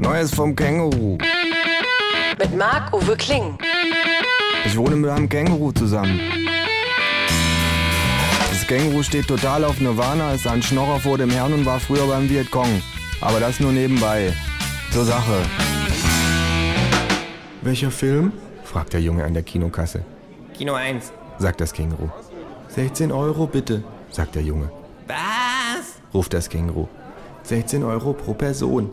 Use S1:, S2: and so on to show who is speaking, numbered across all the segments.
S1: Neues vom Känguru.
S2: Mit Marc-Uwe Kling.
S1: Ich wohne mit einem Känguru zusammen. Das Känguru steht total auf Nirvana, ist ein Schnorrer vor dem Herrn und war früher beim Vietcong. Aber das nur nebenbei. Zur Sache. Welcher Film? fragt der Junge an der Kinokasse.
S3: Kino 1.
S1: Sagt das Känguru. 16 Euro bitte, sagt der Junge.
S3: Was?
S1: Ruft das Känguru. 16 Euro pro Person,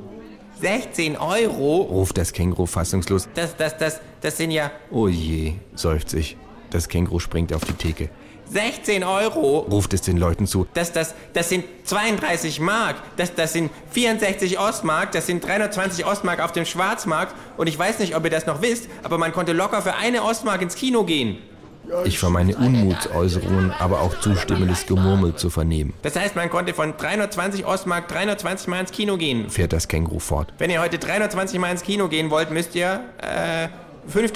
S3: 16 Euro?
S1: ruft das Känguru fassungslos.
S3: Das, das, das, das sind ja
S1: Oh je, seufzt ich. Das Känguru springt auf die Theke,
S3: 16 Euro.
S1: ruft es den Leuten zu.
S3: Das, das, das sind 32 Mark. Das, das sind 64 Ostmark. Das sind 320 Ostmark auf dem Schwarzmarkt. Und ich weiß nicht, ob ihr das noch wisst, aber man konnte locker für eine Ostmark ins Kino gehen.
S1: Ich vermeine Unmutsäußerungen, aber auch zustimmendes Gemurmel zu vernehmen,
S3: Das heißt, man konnte von 320 Ostmark 320 Mal ins Kino gehen.
S1: fährt das Känguru fort.
S3: Wenn ihr heute 320 Mal ins Kino gehen wollt, müsst ihr äh,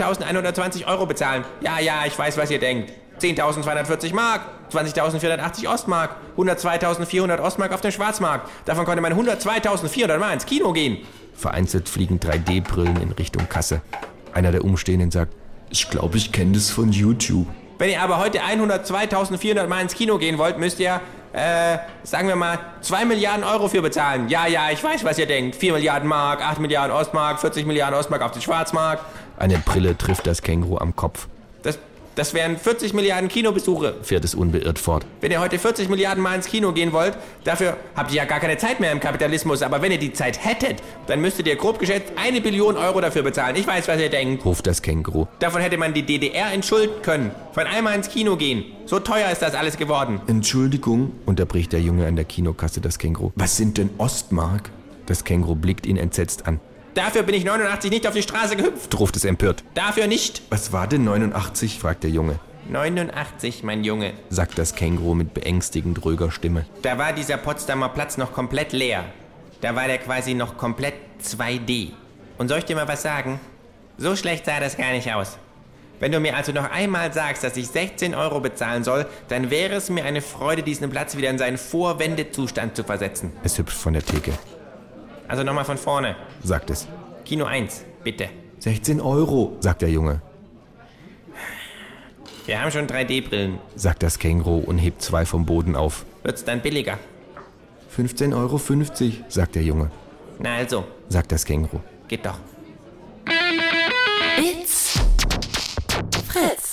S3: 5.120 Euro bezahlen. Ja, ja, ich weiß, was ihr denkt. 10.240 Mark, 20.480 Ostmark, 102.400 Ostmark auf dem Schwarzmarkt. Davon konnte man 102.400 Mal ins Kino gehen.
S1: Vereinzelt fliegen 3D-Brillen in Richtung Kasse. Einer der Umstehenden sagt, ich glaube, ich kenne das von YouTube.
S3: Wenn ihr aber heute 102.400 Mal ins Kino gehen wollt, müsst ihr, äh, sagen wir mal, 2 Milliarden Euro für bezahlen. Ja, ja, ich weiß, was ihr denkt. 4 Milliarden Mark, 8 Milliarden Ostmark, 40 Milliarden Ostmark auf den Schwarzmarkt.
S1: Eine Brille trifft das Känguru am Kopf,
S3: Das, das wären 40 Milliarden Kinobesuche.
S1: fährt es unbeirrt fort.
S3: Wenn ihr heute 40 Milliarden Mal ins Kino gehen wollt, dafür habt ihr ja gar keine Zeit mehr im Kapitalismus. Aber wenn ihr die Zeit hättet, dann müsstet ihr grob geschätzt eine Billion Euro dafür bezahlen. Ich weiß, was ihr denkt.
S1: Ruft das Känguru.
S3: Davon hätte man die DDR entschulden können. Von einmal ins Kino gehen. So teuer ist das alles geworden.
S1: Entschuldigung, unterbricht der Junge an der Kinokasse das Känguru. Was sind denn Ostmark? Das Känguru blickt ihn entsetzt an,
S3: Dafür bin ich 89 nicht auf die Straße gehüpft.
S1: ruft es empört.
S3: Dafür nicht.
S1: Was war denn 89? fragt der Junge,
S3: 89, mein Junge.
S1: sagt das Känguru mit beängstigend ruhiger Stimme.
S3: Da war dieser Potsdamer Platz noch komplett leer. Da war der quasi noch komplett 2D. Und soll ich dir mal was sagen? So schlecht sah das gar nicht aus. Wenn du mir also noch einmal sagst, dass ich 16 Euro bezahlen soll, dann wäre es mir eine Freude, diesen Platz wieder in seinen Vorwendezustand zu versetzen.
S1: Es hüpft von der Theke,
S3: Also nochmal von vorne.
S1: sagt es.
S3: Kino 1, bitte.
S1: 16 Euro, sagt der Junge,
S3: Wir haben schon 3D-Brillen.
S1: sagt das Känguru und hebt zwei vom Boden auf.
S3: Wird's dann billiger?
S1: 15,50 Euro, sagt der Junge,
S3: Na also,
S1: sagt das Känguru.
S3: geht doch.
S2: It's Fritz.